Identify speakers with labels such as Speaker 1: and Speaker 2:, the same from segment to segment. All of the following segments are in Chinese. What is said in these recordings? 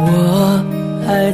Speaker 1: 我还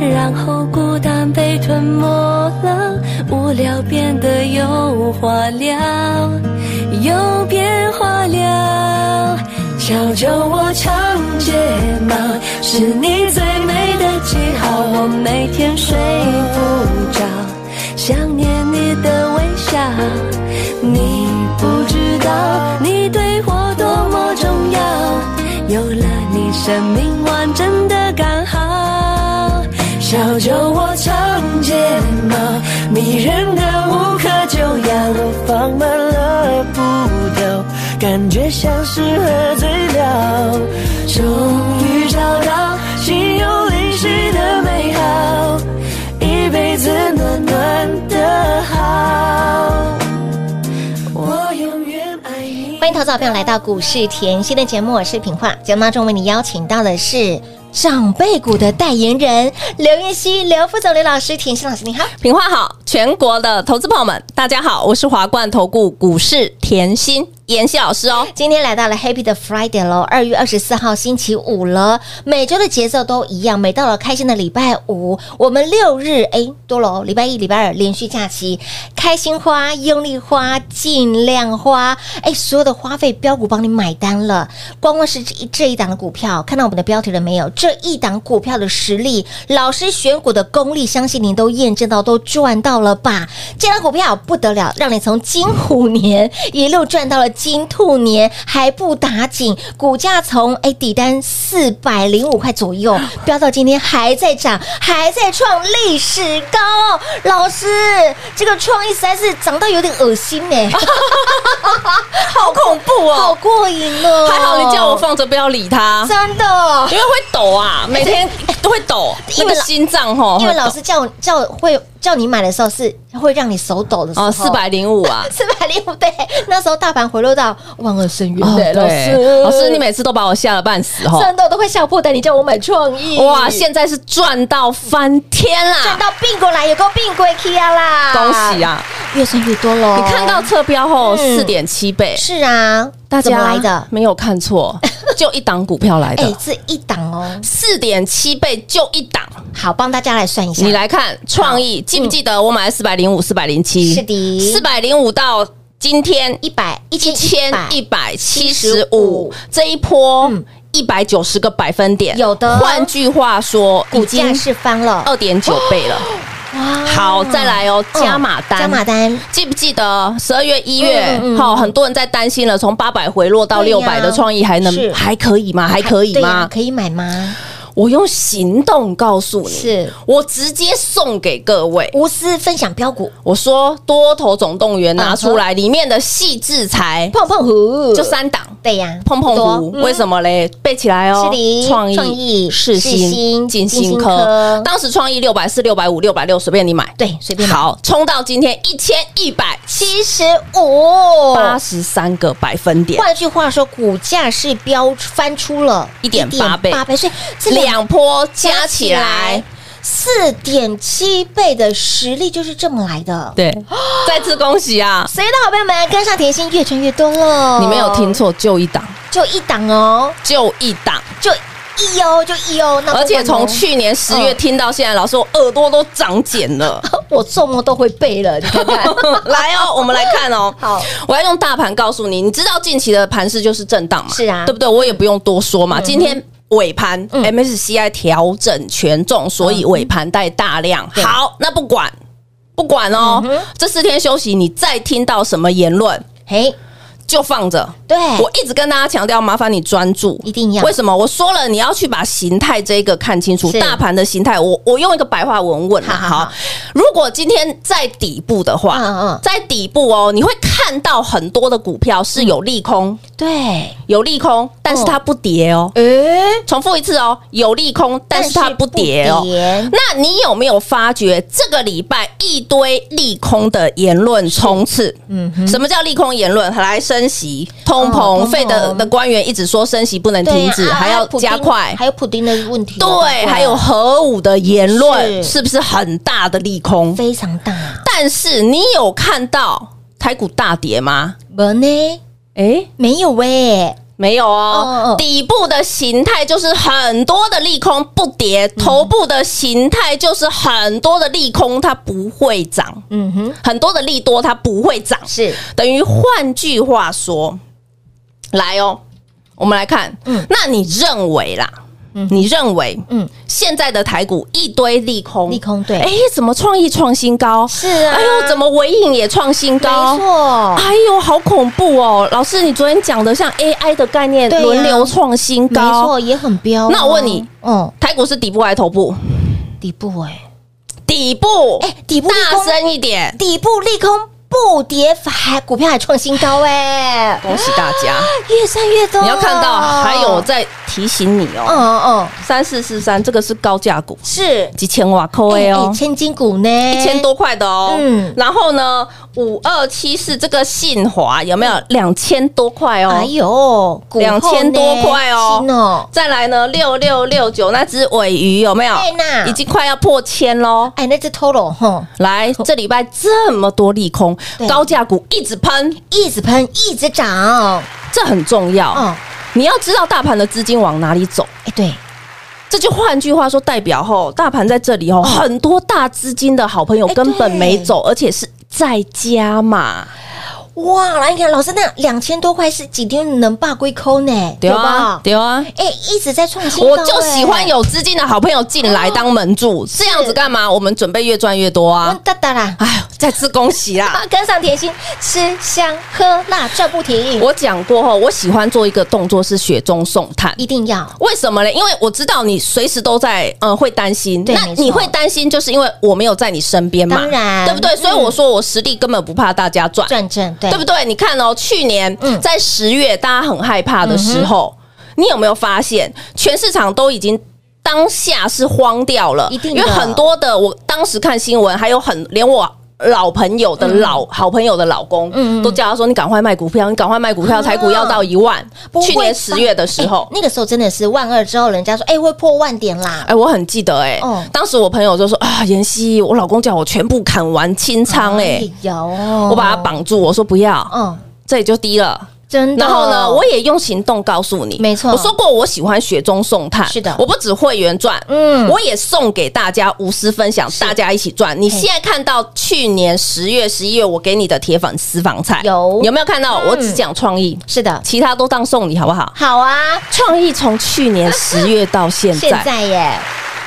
Speaker 2: 然后孤单被吞没了，无聊变得有话聊，有变化了。小酒窝长睫毛是你最美的记号，我每天睡不着。想念你的微笑，你不知道你对我多么重要。有了你，生命完整的刚好。小酒窝长睫毛，迷人的无可救药，我放慢了步调，感觉像是喝醉了。终于找到心有灵犀的美好，一辈子暖暖的好。我永远爱你。
Speaker 3: 欢迎投资者朋友来到股市甜心的节目，我是品化。节目当中为你邀请到的是长辈股的代言人刘彦希、刘副总、刘老师、甜心老师，你好。
Speaker 4: 品话好，全国的投资朋友们，大家好，我是华冠投顾股市甜心妍希老师哦。
Speaker 3: 今天来到了 Happy 的 Friday 喽，二月二十四号星期五了。每周的节奏都一样，每到了开心的礼拜五，我们六日哎多了哦，礼拜一、礼拜二连续假期，开心花、用力花、尽量花，哎，所有的花费标股帮你买单了。光光是这一这一档的股票，看到我们的标题了没有？这一档股票的实力，老师选股的功力，相信您都验证到，都赚到了吧？这档股票不得了，让你从金虎年一路赚到了金兔年，还不打紧，股价从哎底单四百零五块左 右飙到今天还在涨，还在创历史高。老师，这个创意实在是涨到有点恶心呢、
Speaker 4: 好恐怖
Speaker 3: 好！过瘾哦！
Speaker 4: 还好你叫我放着不要 理他，
Speaker 3: 真 的
Speaker 4: 因。为会抖啊，每天都会抖，
Speaker 3: 因
Speaker 4: 那
Speaker 3: 为
Speaker 4: 个
Speaker 3: 老
Speaker 4: 心脏吼，
Speaker 3: 因为
Speaker 4: 会抖
Speaker 3: 老师叫我叫我会叫你买的时候是会让你手抖的时候，。
Speaker 4: 哦四百零五啊
Speaker 3: 四百零五对，那时候大盘回落到万恶深渊
Speaker 4: 哦
Speaker 3: 对，老师哦
Speaker 4: 对老师，你每次都把我吓得半死吼。
Speaker 3: 真的都快吓破胆，你叫我买创意
Speaker 4: 哇，现在是赚到翻天
Speaker 3: 赚
Speaker 4: 啦！
Speaker 3: 到并过来，有够并归 K 啊啦！
Speaker 4: 恭喜！啊！
Speaker 3: 越算越多喽。
Speaker 4: 你看到侧标后
Speaker 3: 嗯
Speaker 4: 四点七倍，
Speaker 3: 是啊，
Speaker 4: 大
Speaker 3: 怎么
Speaker 4: 家
Speaker 3: 来的？
Speaker 4: 没有看 错，就一档股票来
Speaker 3: 哎
Speaker 4: 的，，
Speaker 3: 这一档哦，
Speaker 4: 四点七倍就一档。
Speaker 3: 好，帮大家来算一下。
Speaker 4: 你来看创意，记不记得我买了四百零五、四百零七？
Speaker 3: 嗯是的
Speaker 4: 四百零五到今天
Speaker 3: 一百一
Speaker 4: 一千一百七十
Speaker 3: 75
Speaker 4: 五，这一波
Speaker 3: 嗯
Speaker 4: 一百九十个百分点，
Speaker 3: 有的
Speaker 4: 换句话说，
Speaker 3: 股价是翻了，
Speaker 4: 二点九倍了。
Speaker 3: 哇
Speaker 4: 好，再来哦，加码
Speaker 3: 嗯
Speaker 4: 单，
Speaker 3: 加码。单，
Speaker 4: 记不记得十二月、一月
Speaker 3: 嗯嗯，
Speaker 4: 好，很多人在担心了，从八百回落到
Speaker 3: 对呀
Speaker 4: 六百的创意还
Speaker 3: 是
Speaker 4: 能还可以吗？还可以
Speaker 3: 对呀
Speaker 4: 吗？
Speaker 3: 可以买吗？
Speaker 4: 我用行动告诉你，
Speaker 3: 是
Speaker 4: 我直接送给各位。
Speaker 3: 无私分享标股，
Speaker 4: 我说多头总动员
Speaker 3: 嗯
Speaker 4: 拿
Speaker 3: 哼
Speaker 4: 出来，里面的细制裁
Speaker 3: 碰碰胡
Speaker 4: 就三档。
Speaker 3: 对呀，
Speaker 4: 碰碰
Speaker 3: 不
Speaker 4: 胡，
Speaker 3: 嗯多嗯
Speaker 4: 为什？么嘞？背起来哦
Speaker 3: 是的！创意
Speaker 4: 世
Speaker 3: 世新
Speaker 4: 新、金
Speaker 3: 金星
Speaker 4: 星
Speaker 3: 科
Speaker 4: 科，当时创意六百四、六百五、六百六，随便你买。
Speaker 3: 对随便买
Speaker 4: 好，冲到今天一千一百
Speaker 3: 七十五，
Speaker 4: 八十三个百分点，
Speaker 3: 换句话说，股价是飙翻出了
Speaker 4: 1.8倍
Speaker 3: 八倍，所以这两
Speaker 4: 两波加起来，
Speaker 3: 四点七倍的实力就是这么来的。
Speaker 4: 对， 再次恭喜啊！
Speaker 3: 所以的好朋友们跟上甜心，越赚越多了。
Speaker 4: 你没有听，错，就一档，
Speaker 3: 就一档哦，
Speaker 4: 就一档，
Speaker 3: 就一哦，就一哦。那
Speaker 4: 而且
Speaker 3: 不管
Speaker 4: 从
Speaker 3: 哦
Speaker 4: 去年十月
Speaker 3: 嗯
Speaker 4: 听到现在，老师我耳朵都长茧 了。
Speaker 3: 我做梦都会背了，你看看。
Speaker 4: 来哦，我们来看哦。
Speaker 3: 好，
Speaker 4: 我要用大盘告诉你，你知道近期的盘势就是震荡嘛，
Speaker 3: 是啊
Speaker 4: 对不对？我也不用多说嘛。今天尾盘
Speaker 3: 嗯
Speaker 4: MSCI 调整权重，所以尾盘带大量。
Speaker 3: 对嗯
Speaker 4: 好，那不管不管哦，这四天休息，你再听到什么言论
Speaker 3: 嘿，
Speaker 4: 就放着。
Speaker 3: 对，
Speaker 4: 我一直跟大家强调，麻烦你专注，
Speaker 3: 一定要
Speaker 4: 为什么？我说了，你要去把形态这个看清楚，
Speaker 3: 是
Speaker 4: 大盘的形态。我我用一个白话文问啦
Speaker 3: 好好好
Speaker 4: 好，如果今天在底部的话，
Speaker 3: 嗯嗯
Speaker 4: 在底部哦，你会看到很多的股票是有利空，
Speaker 3: 对，
Speaker 4: 有利空，但是它不跌哦。
Speaker 3: 诶，
Speaker 4: 重复一次哦，有利空，但是它不跌哦
Speaker 3: 但是不。跌
Speaker 4: 那你有没有发觉这个礼拜一堆利空的言论冲刺？嗯，什么叫利空言论？来升息、
Speaker 3: 哦
Speaker 4: 通膨，
Speaker 3: 通膨
Speaker 4: 费的的官员一直说升息不能
Speaker 3: 对
Speaker 4: 停
Speaker 3: 呀
Speaker 4: 止，
Speaker 3: 啊
Speaker 4: 还要
Speaker 3: 普丁
Speaker 4: 加快。
Speaker 3: 还有普丁的问题，
Speaker 4: 对，还有核武的言论，
Speaker 3: 是
Speaker 4: 是不是很大的利空？
Speaker 3: 非常大，
Speaker 4: 但是你有看到台股大跌吗？
Speaker 3: 没呢，
Speaker 4: 诶，
Speaker 3: 没有喂，
Speaker 4: 没有
Speaker 3: 嗯嗯
Speaker 4: 哦
Speaker 3: 嗯，
Speaker 4: 底部的形态就是很多的利空不跌，头部的形态就是很多的利空它不会涨，
Speaker 3: 嗯哼，
Speaker 4: 很多的利多它不会涨，
Speaker 3: 是
Speaker 4: 等于换句话说，来哦，我们来看，
Speaker 3: 嗯
Speaker 4: 那你认为啦，你认为，
Speaker 3: 嗯
Speaker 4: 嗯，现在的台股一堆利空，
Speaker 3: 利空对
Speaker 4: 哎，怎么创意创新高？
Speaker 3: 是啊，
Speaker 4: 哎呦，怎么尾影也创新高？
Speaker 3: 没错，
Speaker 4: 哎呦，好恐怖哦！老师，你昨天讲的像 AI 的概念
Speaker 3: 对啊
Speaker 4: 轮流创新
Speaker 3: 没
Speaker 4: 高，
Speaker 3: 错，也很标哦。
Speaker 4: 那我问你
Speaker 3: 嗯，
Speaker 4: 台股是底部还是头部？
Speaker 3: 底部哎，
Speaker 4: 底部，
Speaker 3: 哎底部利
Speaker 4: 哦大
Speaker 3: 空
Speaker 4: 声一点，
Speaker 3: 底部利空不跌，还股票还创新高哎，
Speaker 4: 恭喜大家！
Speaker 3: 越算越多。
Speaker 4: 你要看到，还有，在提醒你
Speaker 3: 嗯
Speaker 4: 哦，
Speaker 3: 嗯，
Speaker 4: 三四四三这个是高价股，
Speaker 3: 是，
Speaker 4: 几千瓦扣
Speaker 3: 哎
Speaker 4: 哎
Speaker 3: 哎
Speaker 4: 哦，
Speaker 3: 千金股呢，
Speaker 4: 一
Speaker 3: 一
Speaker 4: 千，多块的哦。
Speaker 3: 嗯
Speaker 4: 然后呢，五二七四这个信华有没有两千多块哦？
Speaker 3: 嗯哎呦，股后呢
Speaker 4: 2000多块哦
Speaker 3: 新哦，
Speaker 4: 再来呢，六六六九那只尾鱼有没有
Speaker 3: 哎那？
Speaker 4: 已经快要破千喽。
Speaker 3: 哎，那只 Toro 吼，
Speaker 4: 来，这礼拜这么多利空
Speaker 3: 哦对，
Speaker 4: 高价股一直喷，
Speaker 3: 一直喷，一直涨，哦
Speaker 4: 这很重要。
Speaker 3: 嗯，
Speaker 4: 你要知道大盘的资金往哪里走，
Speaker 3: 哎，对，
Speaker 4: 这就换句话说，代表吼，大盘在这里
Speaker 3: 哦
Speaker 4: 吼，很多大资金的好朋友
Speaker 3: 哎
Speaker 4: 根本
Speaker 3: 对
Speaker 4: 没走，而且是在家嘛。
Speaker 3: 哇，来你看老师那两千多块是几天能霸归扣呢？有吧？
Speaker 4: 对啊。
Speaker 3: 哎，一直在创新高，
Speaker 4: 我就喜欢
Speaker 3: 哎
Speaker 4: 有资金的好朋友进来当门柱，这样子干嘛？我们准备越赚越多
Speaker 3: 问
Speaker 4: 啊！
Speaker 3: 嗯哒哒啦。
Speaker 4: 哎呦，再次恭喜啦！
Speaker 3: 啊，跟上甜心，吃香喝辣赚不停，
Speaker 4: 我讲过后，我喜欢做一个动作是雪中送炭，
Speaker 3: 一定要
Speaker 4: 为什么呢？因为我知道你随时都在，嗯，会担心。
Speaker 3: 对
Speaker 4: 那
Speaker 3: 没错
Speaker 4: 你会担心，就是因为我没有在你身边嘛，
Speaker 3: 当然嗯
Speaker 4: 对不对？所以我说我实力根本不怕大家赚，
Speaker 3: 转正，对
Speaker 4: 对不对？你看哦，去年
Speaker 3: 嗯
Speaker 4: 在十月大家很害怕的时候，你有没有发现全市场都已经？当下是慌掉了，
Speaker 3: 一定的
Speaker 4: 因为很多的，我当时看新闻，还有很连我老朋友的老、好朋友的老公，
Speaker 3: 嗯嗯嗯啊
Speaker 4: 都叫他说：“你赶快卖股票，你赶快卖股票，台股要到一万。”
Speaker 3: 不会吧
Speaker 4: 去年十月的时候
Speaker 3: 哎，那个时候真的是万二之后，人家说哎会破万点啦，
Speaker 4: 哎，我很记得哎、
Speaker 3: 嗯
Speaker 4: 当时我朋友就说啊，妍希，我老公叫我全部砍完清
Speaker 3: 哦
Speaker 4: 仓哎、
Speaker 3: 有，
Speaker 4: 我把他，绑住，我说不要，
Speaker 3: 嗯，
Speaker 4: 这里就低了。
Speaker 3: 真的。
Speaker 4: 然后呢，我也用行动告诉你，
Speaker 3: 没错
Speaker 4: 我说过我喜欢雪中送炭，
Speaker 3: 是的
Speaker 4: 我不止会员赚，
Speaker 3: 嗯
Speaker 4: 嗯，我也送给大家无私分享，大家一起赚。你现在看到去年十月、十一月我给你的铁粉私房菜，
Speaker 3: 有
Speaker 4: 有没嗯有看到？我只讲创意，
Speaker 3: 是的，
Speaker 4: 其他都当送礼好不好？
Speaker 3: 好啊，
Speaker 4: 创意从去年十月到 现
Speaker 3: 现
Speaker 4: 在，
Speaker 3: 在耶，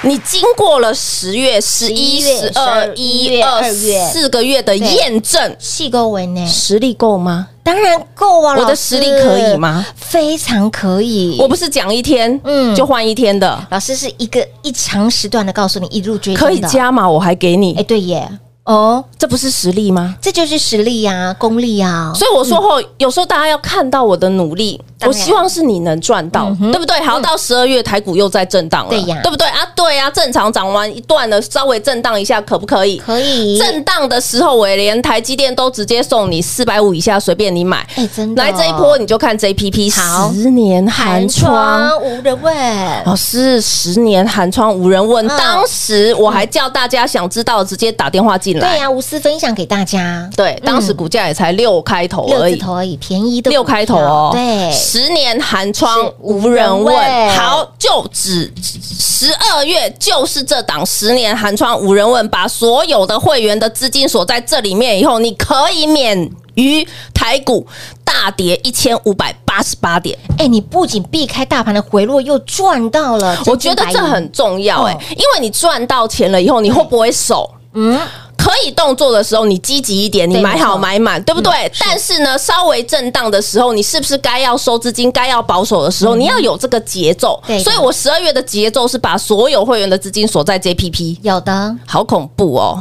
Speaker 4: 你经过了十月、十一、十二、一
Speaker 3: 月
Speaker 4: 月、二
Speaker 3: 12
Speaker 4: 四个月的验证，
Speaker 3: 细沟纹呢，
Speaker 4: 实力够吗？
Speaker 3: 当然够啊，
Speaker 4: 我的
Speaker 3: 老师
Speaker 4: 实力可以？吗？
Speaker 3: 非常可以，
Speaker 4: 我不是讲一天，
Speaker 3: 嗯
Speaker 4: 嗯，就换一天的，
Speaker 3: 老师是一个一长时段的告诉你一路追踪
Speaker 4: 可以
Speaker 3: 的，
Speaker 4: 加码，我还给
Speaker 3: 哎
Speaker 4: 你，
Speaker 3: 对耶，哦，
Speaker 4: 这不是实力吗？
Speaker 3: 这就是实力呀，功力啊呀，
Speaker 4: 所以我说后，有时候大家要看到我的努力，
Speaker 3: 嗯当然嗯
Speaker 4: 我希望是你能赚到，对不对？好，到十二月台股又在震荡了，
Speaker 3: 对呀
Speaker 4: 对不对啊？对呀，正常涨完一段了，稍微震荡一下，可不可以？
Speaker 3: 可以，
Speaker 4: 震荡的时候，我连台积电都直接送你四百五以下，随便你买。
Speaker 3: 哎真的
Speaker 4: 来这一波你就看 JPP
Speaker 3: 好
Speaker 4: 十年寒窗。
Speaker 3: 无人问，
Speaker 4: 老师，十年寒窗无人问。
Speaker 3: 嗯
Speaker 4: 当时我还叫大家想知道，直接打电话进
Speaker 3: 对
Speaker 4: 来。
Speaker 3: 呀、无私分享给大家，
Speaker 4: 对，当时股价也才六开头
Speaker 3: 六
Speaker 4: 而
Speaker 3: 字
Speaker 4: 已，
Speaker 3: 头而已，便宜的
Speaker 4: 六开头哦。
Speaker 3: 对，
Speaker 4: 十年寒
Speaker 3: 是
Speaker 4: 窗无人
Speaker 3: 无
Speaker 4: 问
Speaker 3: 人问。
Speaker 4: 好，就只十二月就是这档十年寒窗无人问，把所有的会员的资金锁在这里面以后，你可以免于。台股大跌一千五百八十八点。
Speaker 3: 哎，你不仅避开大盘的回落，又赚到了真金白银。
Speaker 4: 我觉得这很重要哎、
Speaker 3: 哦
Speaker 4: 因为你赚到钱了以后，你会不会守？
Speaker 3: 嗯，
Speaker 4: 可以动作的时候，你积极一点，你
Speaker 3: 对
Speaker 4: 买
Speaker 3: 没
Speaker 4: 好
Speaker 3: 错嗯
Speaker 4: 买满，对不对？但是呢，稍微震荡的时候，你是不是该要收资金、该要保守的时候，你要有这个节奏
Speaker 3: 嗯对。的
Speaker 4: 所以我十二月的节奏是把所有会员的资金锁在 JPP，
Speaker 3: 有 的，
Speaker 4: 好恐怖哦！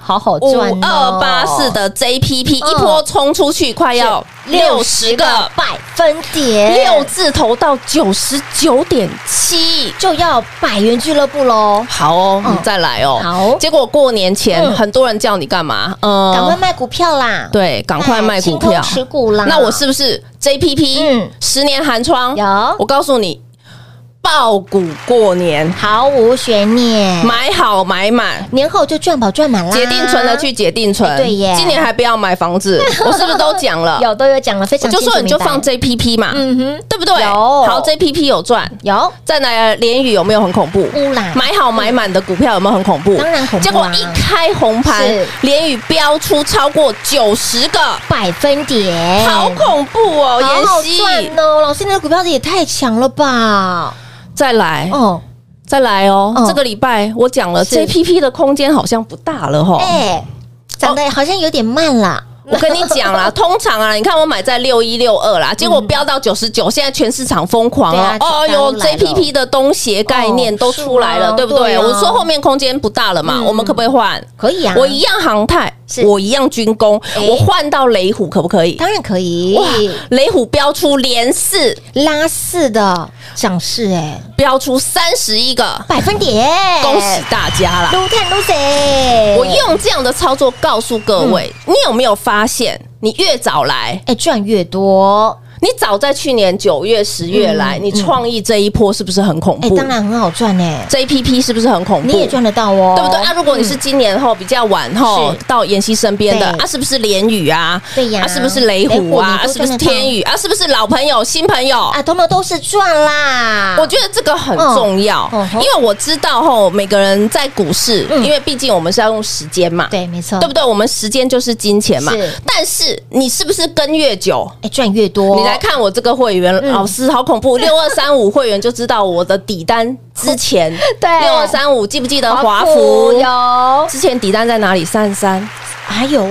Speaker 3: 好好
Speaker 4: 五
Speaker 3: 赚哦
Speaker 4: 二八四的 JPP 一波冲出去，快要
Speaker 3: 嗯
Speaker 4: 六十个
Speaker 3: 百分点，
Speaker 4: 六字头到九十九点七。
Speaker 3: 就要百元俱乐部喽，
Speaker 4: 好哦，
Speaker 3: 嗯
Speaker 4: 你再来哦。
Speaker 3: 好
Speaker 4: 结果过年前、
Speaker 3: 嗯
Speaker 4: 很多人叫你干嘛？呃
Speaker 3: 赶快卖股票啦！哎
Speaker 4: 对，赶快卖股票
Speaker 3: 清空。持股啦。
Speaker 4: 那我是不是 JPP？
Speaker 3: 嗯
Speaker 4: 嗯，十年寒窗
Speaker 3: 有
Speaker 4: 我告诉你，爆股过年，
Speaker 3: 毫无悬念，
Speaker 4: 买好买满。
Speaker 3: 年后就赚饱赚满啦。
Speaker 4: 解定存的去解定存，
Speaker 3: 啊哎对耶
Speaker 4: 今年还不要买 房子，我是不是都讲了？
Speaker 3: 有都有讲了，非
Speaker 4: 我
Speaker 3: 常
Speaker 4: 就
Speaker 3: 清楚
Speaker 4: 说你就放
Speaker 3: 明白
Speaker 4: JPP 嘛，
Speaker 3: 嗯哼，
Speaker 4: 对不对？
Speaker 3: 有
Speaker 4: 好，JPP 有赚，
Speaker 3: 有
Speaker 4: 再来联宇有没有很恐怖？
Speaker 3: 乌啦，
Speaker 4: 买好买满的股票有没有很恐怖？
Speaker 3: 嗯当然恐怖啊
Speaker 4: 结果一开红盘
Speaker 3: 是，
Speaker 4: 联宇飙出超过九十个，
Speaker 3: 百分点，
Speaker 4: 好恐怖哦！
Speaker 3: 哎好好
Speaker 4: 妍希，
Speaker 3: 赚哦！老师，你的股票也太强了吧？
Speaker 4: 再来，
Speaker 3: 哦，
Speaker 4: 再来哦
Speaker 3: 嗯！
Speaker 4: 这个礼拜我讲了
Speaker 3: 是
Speaker 4: ，JPP 的空间好像不大了 哈。
Speaker 3: 哎，长得好像有点慢啦。
Speaker 4: 我跟你讲 啦，通常啊，你看我买在六一六二啦，结果飙到九十九，现在全市场疯狂
Speaker 3: 嗯对啊
Speaker 4: 哦！哦哟
Speaker 3: 大家都来了
Speaker 4: ，JPP 的东协概念
Speaker 3: 哦
Speaker 4: 都出来
Speaker 3: 是
Speaker 4: 了，
Speaker 3: 啊
Speaker 4: 对不对？
Speaker 3: 对啊
Speaker 4: 我说后面空间不大了嘛
Speaker 3: 嗯，
Speaker 4: 我们可不可以换？
Speaker 3: 可以啊，
Speaker 4: 我一样航太
Speaker 3: 是，哎
Speaker 4: 我一样军工，
Speaker 3: 诶
Speaker 4: 我换到雷虎可不可以？
Speaker 3: 当然可以
Speaker 4: 哇，
Speaker 3: 哎
Speaker 4: 雷虎飙出连四，
Speaker 3: 拉四的涨势哎，
Speaker 4: 飙出三十一个，
Speaker 3: 百分点，
Speaker 4: 恭喜大家啦！
Speaker 3: 撸碳撸谁？
Speaker 4: 我用这样的操作告诉各位，
Speaker 3: 嗯
Speaker 4: 你有没有发现，你越早来，
Speaker 3: 哎赚越多，
Speaker 4: 你早在去年九月、十月来，你创意这一波是不是很恐
Speaker 3: 嗯哎
Speaker 4: 怖？
Speaker 3: 当然很好赚哎，
Speaker 4: ，JPP 是不是很恐怖？
Speaker 3: 你也赚得到哦，嗯
Speaker 4: 对不对？啊，如果你是今年后比较晚后
Speaker 3: 是
Speaker 4: 到妍希身边的，
Speaker 3: 对
Speaker 4: 啊，是不是联宇啊？
Speaker 3: 对呀
Speaker 4: 啊，是不是雷
Speaker 3: 雷
Speaker 4: 虎
Speaker 3: 虎
Speaker 4: 啊？
Speaker 3: 你
Speaker 4: 啊
Speaker 3: 都
Speaker 4: 是不
Speaker 3: 赚得到
Speaker 4: 是天宇啊？是不是老朋友、新朋友？
Speaker 3: 啊，通通都是赚啦，
Speaker 4: 我觉得这个很重要
Speaker 3: 嗯嗯，哼
Speaker 4: 因为我知道吼，每个人在股市，
Speaker 3: 嗯
Speaker 4: 因为毕竟我们是要用时间嘛，
Speaker 3: 对，没错，
Speaker 4: 对不对？我们时间就是金钱嘛
Speaker 3: 嗯是。
Speaker 4: 但是你是不是跟越久？
Speaker 3: 哎赚越多，，
Speaker 4: 你来看我这个会员，老师好恐怖，六二三五会员就知道我的底单之前
Speaker 3: 对
Speaker 4: 六二三五记不记得华
Speaker 3: 府
Speaker 4: 孚？
Speaker 3: 有，
Speaker 4: 之前底单在哪里？三三，
Speaker 3: 哎呦，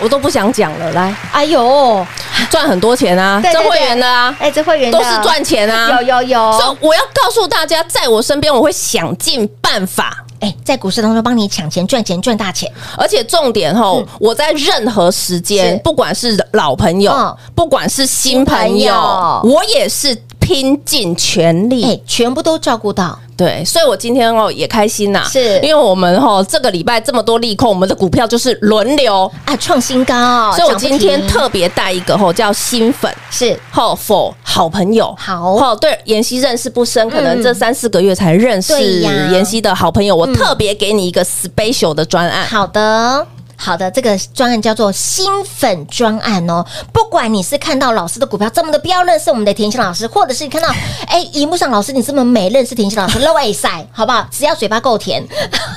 Speaker 4: 我都不想讲了。 来，
Speaker 3: 哎呦，
Speaker 4: 赚很多钱啊，
Speaker 3: 对
Speaker 4: 这
Speaker 3: 对对
Speaker 4: 会员的啊，
Speaker 3: 哎这会员的
Speaker 4: 都是赚钱啊
Speaker 3: 有。有
Speaker 4: 所
Speaker 3: 有，
Speaker 4: 以我要告诉大家，在我身边我会想尽办法，
Speaker 3: 哎在股市当中帮你抢钱赚钱赚大钱，
Speaker 4: 而且重点吼，我在任何时间
Speaker 3: 是，
Speaker 4: 不管是老朋友
Speaker 3: 嗯，
Speaker 4: 不管是新朋
Speaker 3: 新
Speaker 4: 友
Speaker 3: 朋，
Speaker 4: 我也是拼尽全力。
Speaker 3: 哎全部都照顾到，
Speaker 4: 对，所以我今天哦也开心呐，
Speaker 3: 是
Speaker 4: 因为我们吼这个礼拜这么多利空，我们的股票就是轮流，
Speaker 3: 啊创新高，
Speaker 4: 所以我
Speaker 3: 涨不
Speaker 4: 今天
Speaker 3: 停
Speaker 4: 特别带一个吼叫新粉。
Speaker 3: 是
Speaker 4: 后否好朋友，
Speaker 3: 好嗯
Speaker 4: 吼对妍希认识不深，可能这三四个月才认识
Speaker 3: 对呀嗯
Speaker 4: 妍希的好朋友，我特别给你一个 special 的专案，
Speaker 3: 好的。好的，这个专案叫做新粉专案哦。不管你是看到老师的股票这么的标，认识我们的甜心老师，或者是你看到哎，荧幕上老师你这么美，认识甜心老师，low A 赛，好不好？只要嘴巴够甜，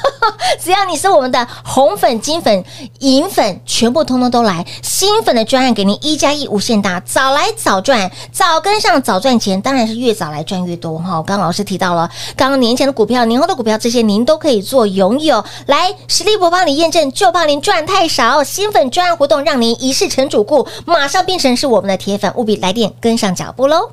Speaker 3: 只要你是我们的红粉、金粉、银粉，全部通通都来。新粉的专案给您一加一无限大，早来早赚，早跟上早赚钱，当然是越早来赚越多哈。刚刚老师提到了，刚刚年前的股票、年后的股票这些，您都可以做拥有。来，实力不帮你验证，就怕您赚太少。新粉专案活动让您一试成主顾，马上变成是我们的铁粉，务必来电跟上脚步喽。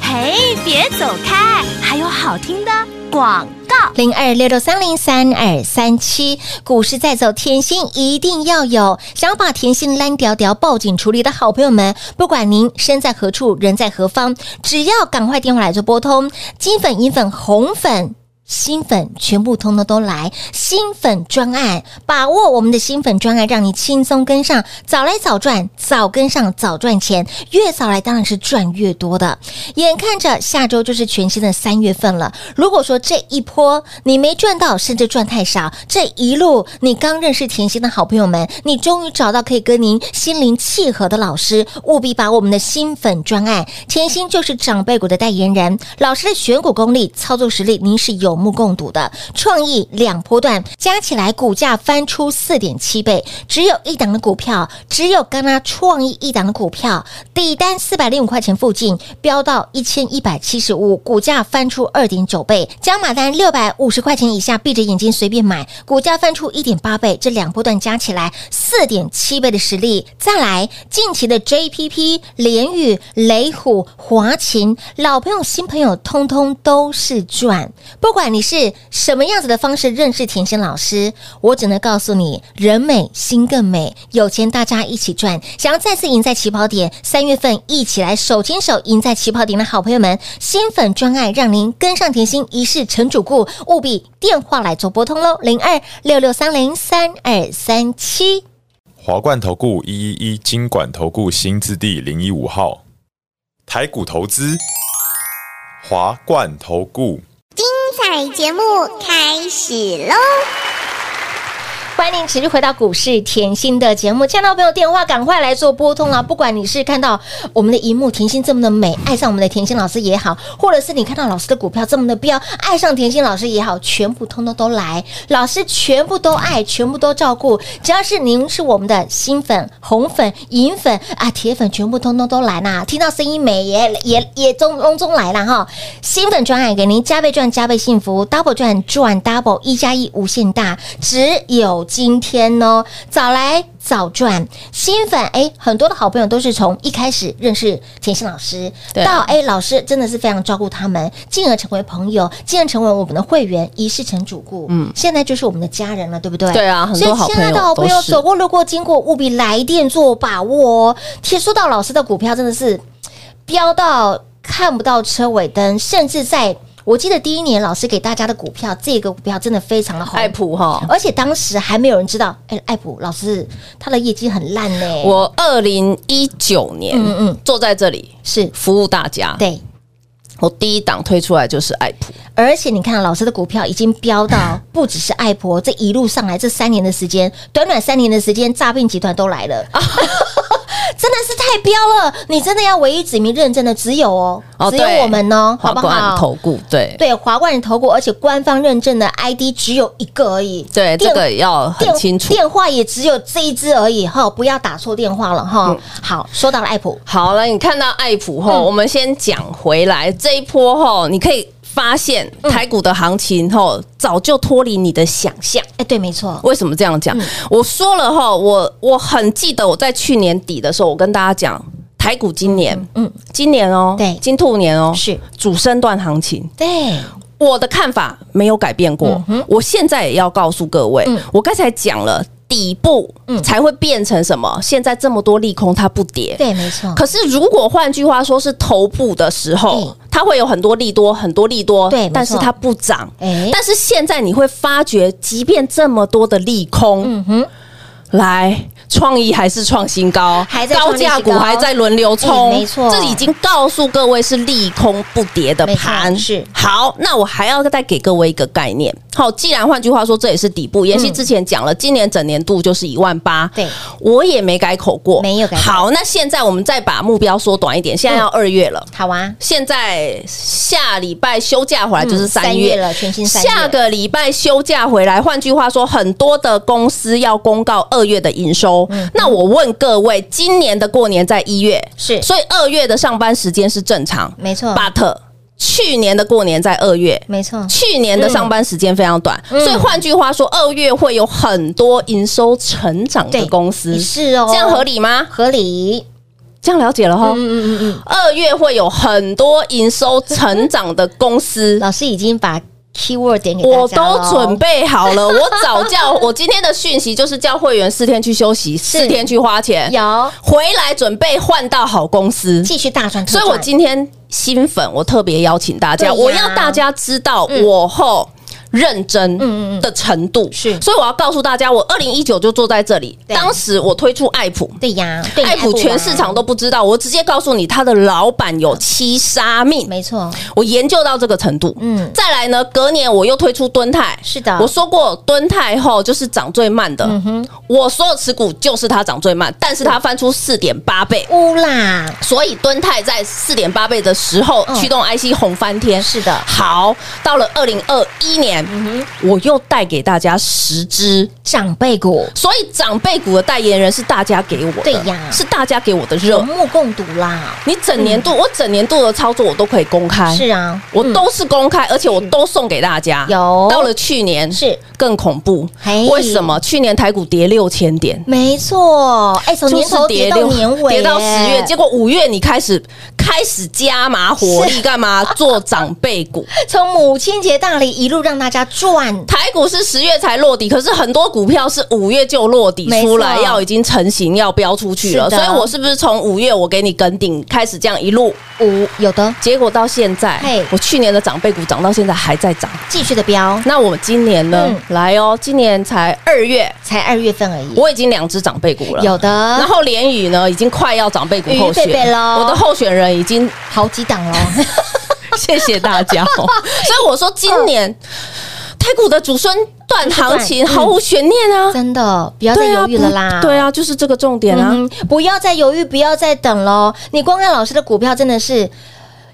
Speaker 5: 嘿，别走开，还有好听的广告。
Speaker 3: 零二六六三零三二三七。股市在走，甜心一定要有。想要把甜心烂屌屌报警处理的好朋友们，不管您身在何处，人在何方，只要赶快电话来做拨通，金粉、银粉、红粉。新粉全部通通都来，新粉专案，把握我们的新粉专案，让你轻松跟上，早来早赚，早跟上早赚钱，越早来当然是赚越多的。眼看着下周就是全新的三月份了，如果说这一波你没赚到，甚至赚太少，这一路你刚认识甜心的好朋友们，你终于找到可以跟您心灵契合的老师，务必把我们的新粉专案，甜心就是长辈股的代言人，老师的选股功力、操作实力，您是有。有目共睹的。创意两波段加起来，股价翻出四点七倍，只有一档的股票，只有刚刚创意一档的股票，底单四百零五块钱附近飙到一千一百七十五，股价翻出二点九倍，加码单六百五十块钱以下，闭着眼睛随便买，股价翻出一点八倍，这两波段加起来四点七倍的实力。再来，近期的 JPP、联宇、雷虎、华勤，老朋友、新朋友，通通都是赚。不管你是什么样子的方式认识甜心老师，我只能告诉你，人美心更美，有钱大家一起赚。想要再次赢在起跑点，三月份一起来手牵手赢在起跑点的好朋友们，新粉专案让您跟上甜心一世成主顾，务必电话来做拨通喽，零二六六三零三二三七。
Speaker 6: 华冠投顾一一一金管投顾新字第零一五号，台股投资，华冠投顾。
Speaker 7: 彩节目开始喽！
Speaker 3: 欢迎您持续回到股市甜心的节目，亲爱的朋友，电话赶快来做拨通了。啊不管你是看到我们的荧幕甜心这么的美，爱上我们的甜心老师也好，或者是你看到老师的股票这么的标，爱上甜心老师也好，全部通通都来，老师全部都爱，全部都照顾。只要是您是我们的新粉、红粉、银粉啊、铁粉，全部通通都来啦！听到声音美也也也中隆中来了哈！新粉专案给您加倍赚，加倍幸福，double 赚赚 double，一加一无限大，只有今天哦！早来早赚，新粉哎，很多的好朋友都是从一开始认识甜心老师，
Speaker 4: 对
Speaker 3: 到哎老师真的是非常照顾他们，进而成为朋友，进而成为我们的会员，一世成主顾，嗯，现在就是我们的家人了，对不对？
Speaker 4: 对啊很多好
Speaker 3: 所以亲爱的
Speaker 4: 朋友
Speaker 3: 好朋友
Speaker 4: 都是
Speaker 3: 走过路过经过，务必来电做把握哦。贴说到老师的股票真的是飙到看不到车尾灯，甚至在我记得第一年老师给大家的股票，这个股票真的非常的好，
Speaker 4: 爱普哈，
Speaker 3: 而且当时还没有人知道，哎、艾普老师他的业绩很烂呢、
Speaker 4: 我二零一九年，
Speaker 3: 哦嗯嗯
Speaker 4: 坐在这里
Speaker 3: 是
Speaker 4: 服务大家，
Speaker 3: 对，
Speaker 4: 我第一档推出来就是爱普，
Speaker 3: 而且你看老师的股票已经飙到不只是艾普，这一路上来这三年的时间，短短三年的时间，诈骗集团都来了。
Speaker 4: 哦
Speaker 3: 真的是太飙了！你真的要唯一指名认证的只有哦，
Speaker 4: 哦
Speaker 3: 只有
Speaker 4: 对
Speaker 3: 我们哦，好
Speaker 4: 华
Speaker 3: 不
Speaker 4: 冠
Speaker 3: 好？
Speaker 4: 投顾，对
Speaker 3: 对，华冠投顾，而且官方认证的 ID 只有一个而已。
Speaker 4: 对，
Speaker 3: 电
Speaker 4: 这个要很
Speaker 3: 电
Speaker 4: 清楚。
Speaker 3: 电话也只有这一支而已哈，不要打错电话了哈。
Speaker 4: 嗯
Speaker 3: 好，说到了爱普，
Speaker 4: 好了，你看到爱普
Speaker 3: 嗯
Speaker 4: 后，我们先讲回来这一波后，你可以发现
Speaker 3: 嗯
Speaker 4: 台股的行情后早就脱离你的想象。
Speaker 3: 哎，对，没错，
Speaker 4: 为什么这样
Speaker 3: 嗯
Speaker 4: 讲？我说了哈，我我很记得我在去年底的时候，我跟大家讲，台股今年，
Speaker 3: 嗯
Speaker 4: 嗯，
Speaker 3: 嗯
Speaker 4: 今年哦，
Speaker 3: 对
Speaker 4: 金兔年哦，
Speaker 3: 是
Speaker 4: 主升段行情。
Speaker 3: 对，
Speaker 4: 我的看法没有改变过，我现在也要告诉各位，我刚才讲了底部才会变成什么？现在这么多利空，它不跌，
Speaker 3: 对，没错，
Speaker 4: 可是如果换句话说是头部的时候
Speaker 3: 嗯，
Speaker 4: 它会有很多利多，很多利多，
Speaker 3: 对没错
Speaker 4: 但是它不涨。
Speaker 3: 哎
Speaker 4: 但是现在你会发觉，即便这么多的利空，嗯哼，来。创意还是创新高，
Speaker 3: 还在创
Speaker 4: 高
Speaker 3: 历史
Speaker 4: 价股
Speaker 3: 高
Speaker 4: 还在轮流冲，
Speaker 3: 哎没错
Speaker 4: 这已经告诉各位是利空不跌的
Speaker 3: 没错
Speaker 4: 盘。
Speaker 3: 是
Speaker 4: 好，那我还要再给各位一个概念。好，既然换句话说，这也是底部。妍希之前讲了，今年整年度就是一万八，
Speaker 3: 嗯对，
Speaker 4: 我也没改口过，
Speaker 3: 没有改口
Speaker 4: 好，那现在我们再把目标缩短一点，现在要二月了。
Speaker 3: 好啊，
Speaker 4: 现在下礼拜休假回来就是
Speaker 3: 嗯
Speaker 4: 三
Speaker 3: 三
Speaker 4: 月,、
Speaker 3: 月了全新三月
Speaker 4: 下个礼拜休假回来，换句话说，很多的公司要公告二月的营收。
Speaker 3: 嗯
Speaker 4: 那我问各位，今年的过年在一月，
Speaker 3: 是
Speaker 4: 所以二月的上班时间是正常，
Speaker 3: 没错
Speaker 4: ，but 去年的过年在二月，
Speaker 3: 没错，
Speaker 4: 去年的上班时间非常短，
Speaker 3: 嗯
Speaker 4: 所以换句话说，二月会有很多营收成长的
Speaker 3: 对
Speaker 4: 公司，
Speaker 3: 是哦，
Speaker 4: 这样合理吗？
Speaker 3: 合理，
Speaker 4: 这样了解了哈。
Speaker 3: 嗯嗯嗯，
Speaker 4: 二月会有很多营收成长的公 司，
Speaker 3: 老师已经把 keyword 点给大
Speaker 4: 我
Speaker 3: 家
Speaker 4: 都
Speaker 3: 了哦
Speaker 4: 准，备好 了。我早叫我今天的讯息就是叫会员四天去休息，四天去花钱，
Speaker 3: 有
Speaker 4: 回来准备换到好公司。
Speaker 3: 继续大赚特
Speaker 4: 所
Speaker 3: 赚，
Speaker 4: 以我今天新粉，我特别邀请大家，
Speaker 3: 对呀嗯
Speaker 4: 我要大家知道我后。认真
Speaker 3: 嗯嗯嗯
Speaker 4: 的程度。
Speaker 3: 是
Speaker 4: 所以我要告诉大家，我二零一九就坐在这里，
Speaker 3: 对
Speaker 4: 当时我推出爱普。
Speaker 3: 对呀，对你
Speaker 4: 爱普全
Speaker 3: 啊
Speaker 4: 市场都不知道，我直接告诉你，他的老板有七杀命，
Speaker 3: 没错，
Speaker 4: 我研究到这个程度。
Speaker 3: 嗯
Speaker 4: 嗯，再来呢，隔年我又推出敦泰，
Speaker 3: 是啊嗯的
Speaker 4: 我说过敦泰后就是涨最慢的，我所有持股就是它涨最慢，但是它翻出四点八倍，
Speaker 3: 乌啦，
Speaker 4: 所以敦泰在四点八倍的时候
Speaker 3: 嗯，
Speaker 4: 驱动 IC 红翻天。
Speaker 3: 是的嗯
Speaker 4: 好，到了二零二一年，我又带给大家十只，
Speaker 3: 长辈股，
Speaker 4: 所以长辈股的代言人是大家给我的，
Speaker 3: 对呀
Speaker 4: 是大家给我的热
Speaker 3: 有。目共睹啦，
Speaker 4: 你整年度，我整年度的操作我都可以公开，
Speaker 3: 嗯是啊，
Speaker 4: 哎我都是公开，而且我都送给大家。
Speaker 3: 有
Speaker 4: 到了去年
Speaker 3: 是
Speaker 4: 更恐怖
Speaker 3: 嘿，
Speaker 4: 为什么？去年台股跌六千点。
Speaker 3: 没错，哎，从
Speaker 4: 就
Speaker 3: 年
Speaker 4: 是
Speaker 3: 头跌到
Speaker 4: 六
Speaker 3: 年尾，
Speaker 4: 跌到十月，结
Speaker 3: 果
Speaker 4: 果五月你开始开始加码火力，干嘛做长辈 股？
Speaker 3: 从母亲节大礼一路让大家赚，
Speaker 4: 台股是十月才落底，可是很多股票是五月就落底
Speaker 3: 没错
Speaker 4: 出来，要已经成型，要标出去了。
Speaker 3: 是
Speaker 4: 所
Speaker 3: 的
Speaker 4: 以我是不是从五月我给你跟顶开始这样一路，
Speaker 3: 五有的
Speaker 4: 结果到现在
Speaker 3: 嘿，
Speaker 4: 我去年的长辈股涨到现在还在涨。
Speaker 3: 继续的标，
Speaker 4: 那我们今年呢？
Speaker 3: 嗯
Speaker 4: 来哦，今年才二月，
Speaker 3: 才二月份而已，
Speaker 4: 我已经两只长辈股了。
Speaker 3: 有的，
Speaker 4: 然后联宇呢，已经快要长辈股候选
Speaker 3: 宇贝贝咯
Speaker 4: 我的候选人已经
Speaker 3: 好几档喽，
Speaker 4: 谢谢 大家、哦。所以我说，今年台股的祖孙段行情
Speaker 3: 嗯
Speaker 4: 毫无悬念 啊，
Speaker 3: 真的不要再犹豫了啦，
Speaker 4: 不对。啊，就是这个重点啊。
Speaker 3: 嗯哼，不要再犹豫，不要再等喽！你光看老师的股票真的是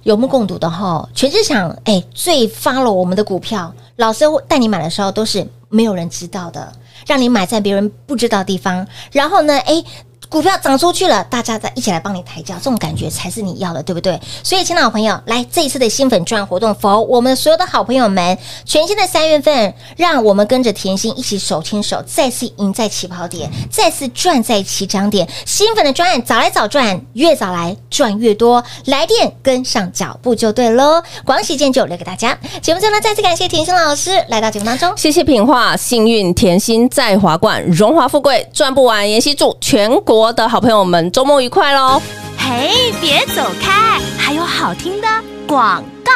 Speaker 3: 有目共睹的哈，全市场哎、最发了我们的股票，老师带你买的时候都是没有人知道的，让你买在别人不知道的地方，然后呢，哎、股票涨出去了，大家再一起来帮你抬轿，这种感觉才是你要的，对不对？所以，亲爱的朋友，来这一次的新粉赚活动，否我们所有的好朋友们，全新的三月份，让我们跟着甜心一起手牵手，再次赢在起跑点，再次赚在起涨点。新粉的专案早来早赚，越早来赚越多，来电跟上脚步就对喽。广喜见就留给大家。节目最后呢，再次感谢甜心老师来到节目当中。
Speaker 4: 谢谢品画，幸运甜心在华冠，荣华富贵赚不完。妍希祝全国的好朋友们周末愉快喽！
Speaker 5: 嘿，别走开，还有好听的广告。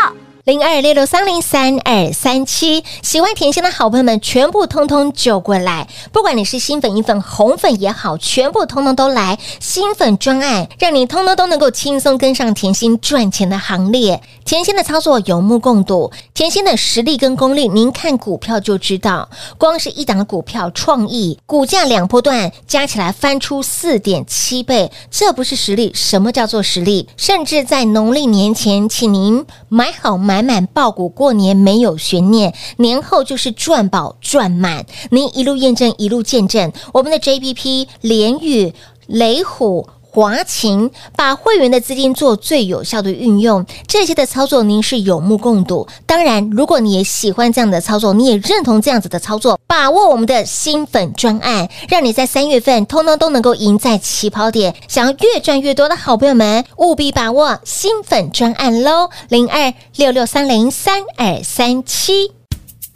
Speaker 3: 零二六六三零三二三七，喜欢甜心的好朋友们，全部通通救过来。不管你是新粉、银粉、红粉也好，全部通通都来。新粉专案，让你通通都能够轻松跟上甜心赚钱的行列。甜心的操作有目共睹，甜心的实力跟功力，您看股票就知道。光是一档的股票，创意股价两波段加起来翻出四点七倍，这不是实力，什么叫做实力？甚至在农历年前，请您买好买满爆股，过年没有悬念，年后就是赚饱赚满。您一路验证，一路见证我们的 JPP 联宇、雷虎。华勤把会员的资金做最有效的运用，这些的操作您是有目共睹。当然，如果你也喜欢这样的操作，你也认同这样子的操作，把握我们的新粉专案，让你在三月份通通都能够赢在起跑点。想要越赚越多的好朋友们，务必把握新粉专案喽！零二六六三零三二三七。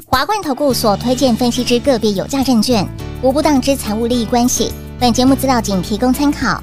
Speaker 8: 华冠投顾所推荐分析之个别有价证券，无不当之财务利益关系。本节目资料仅提供参考，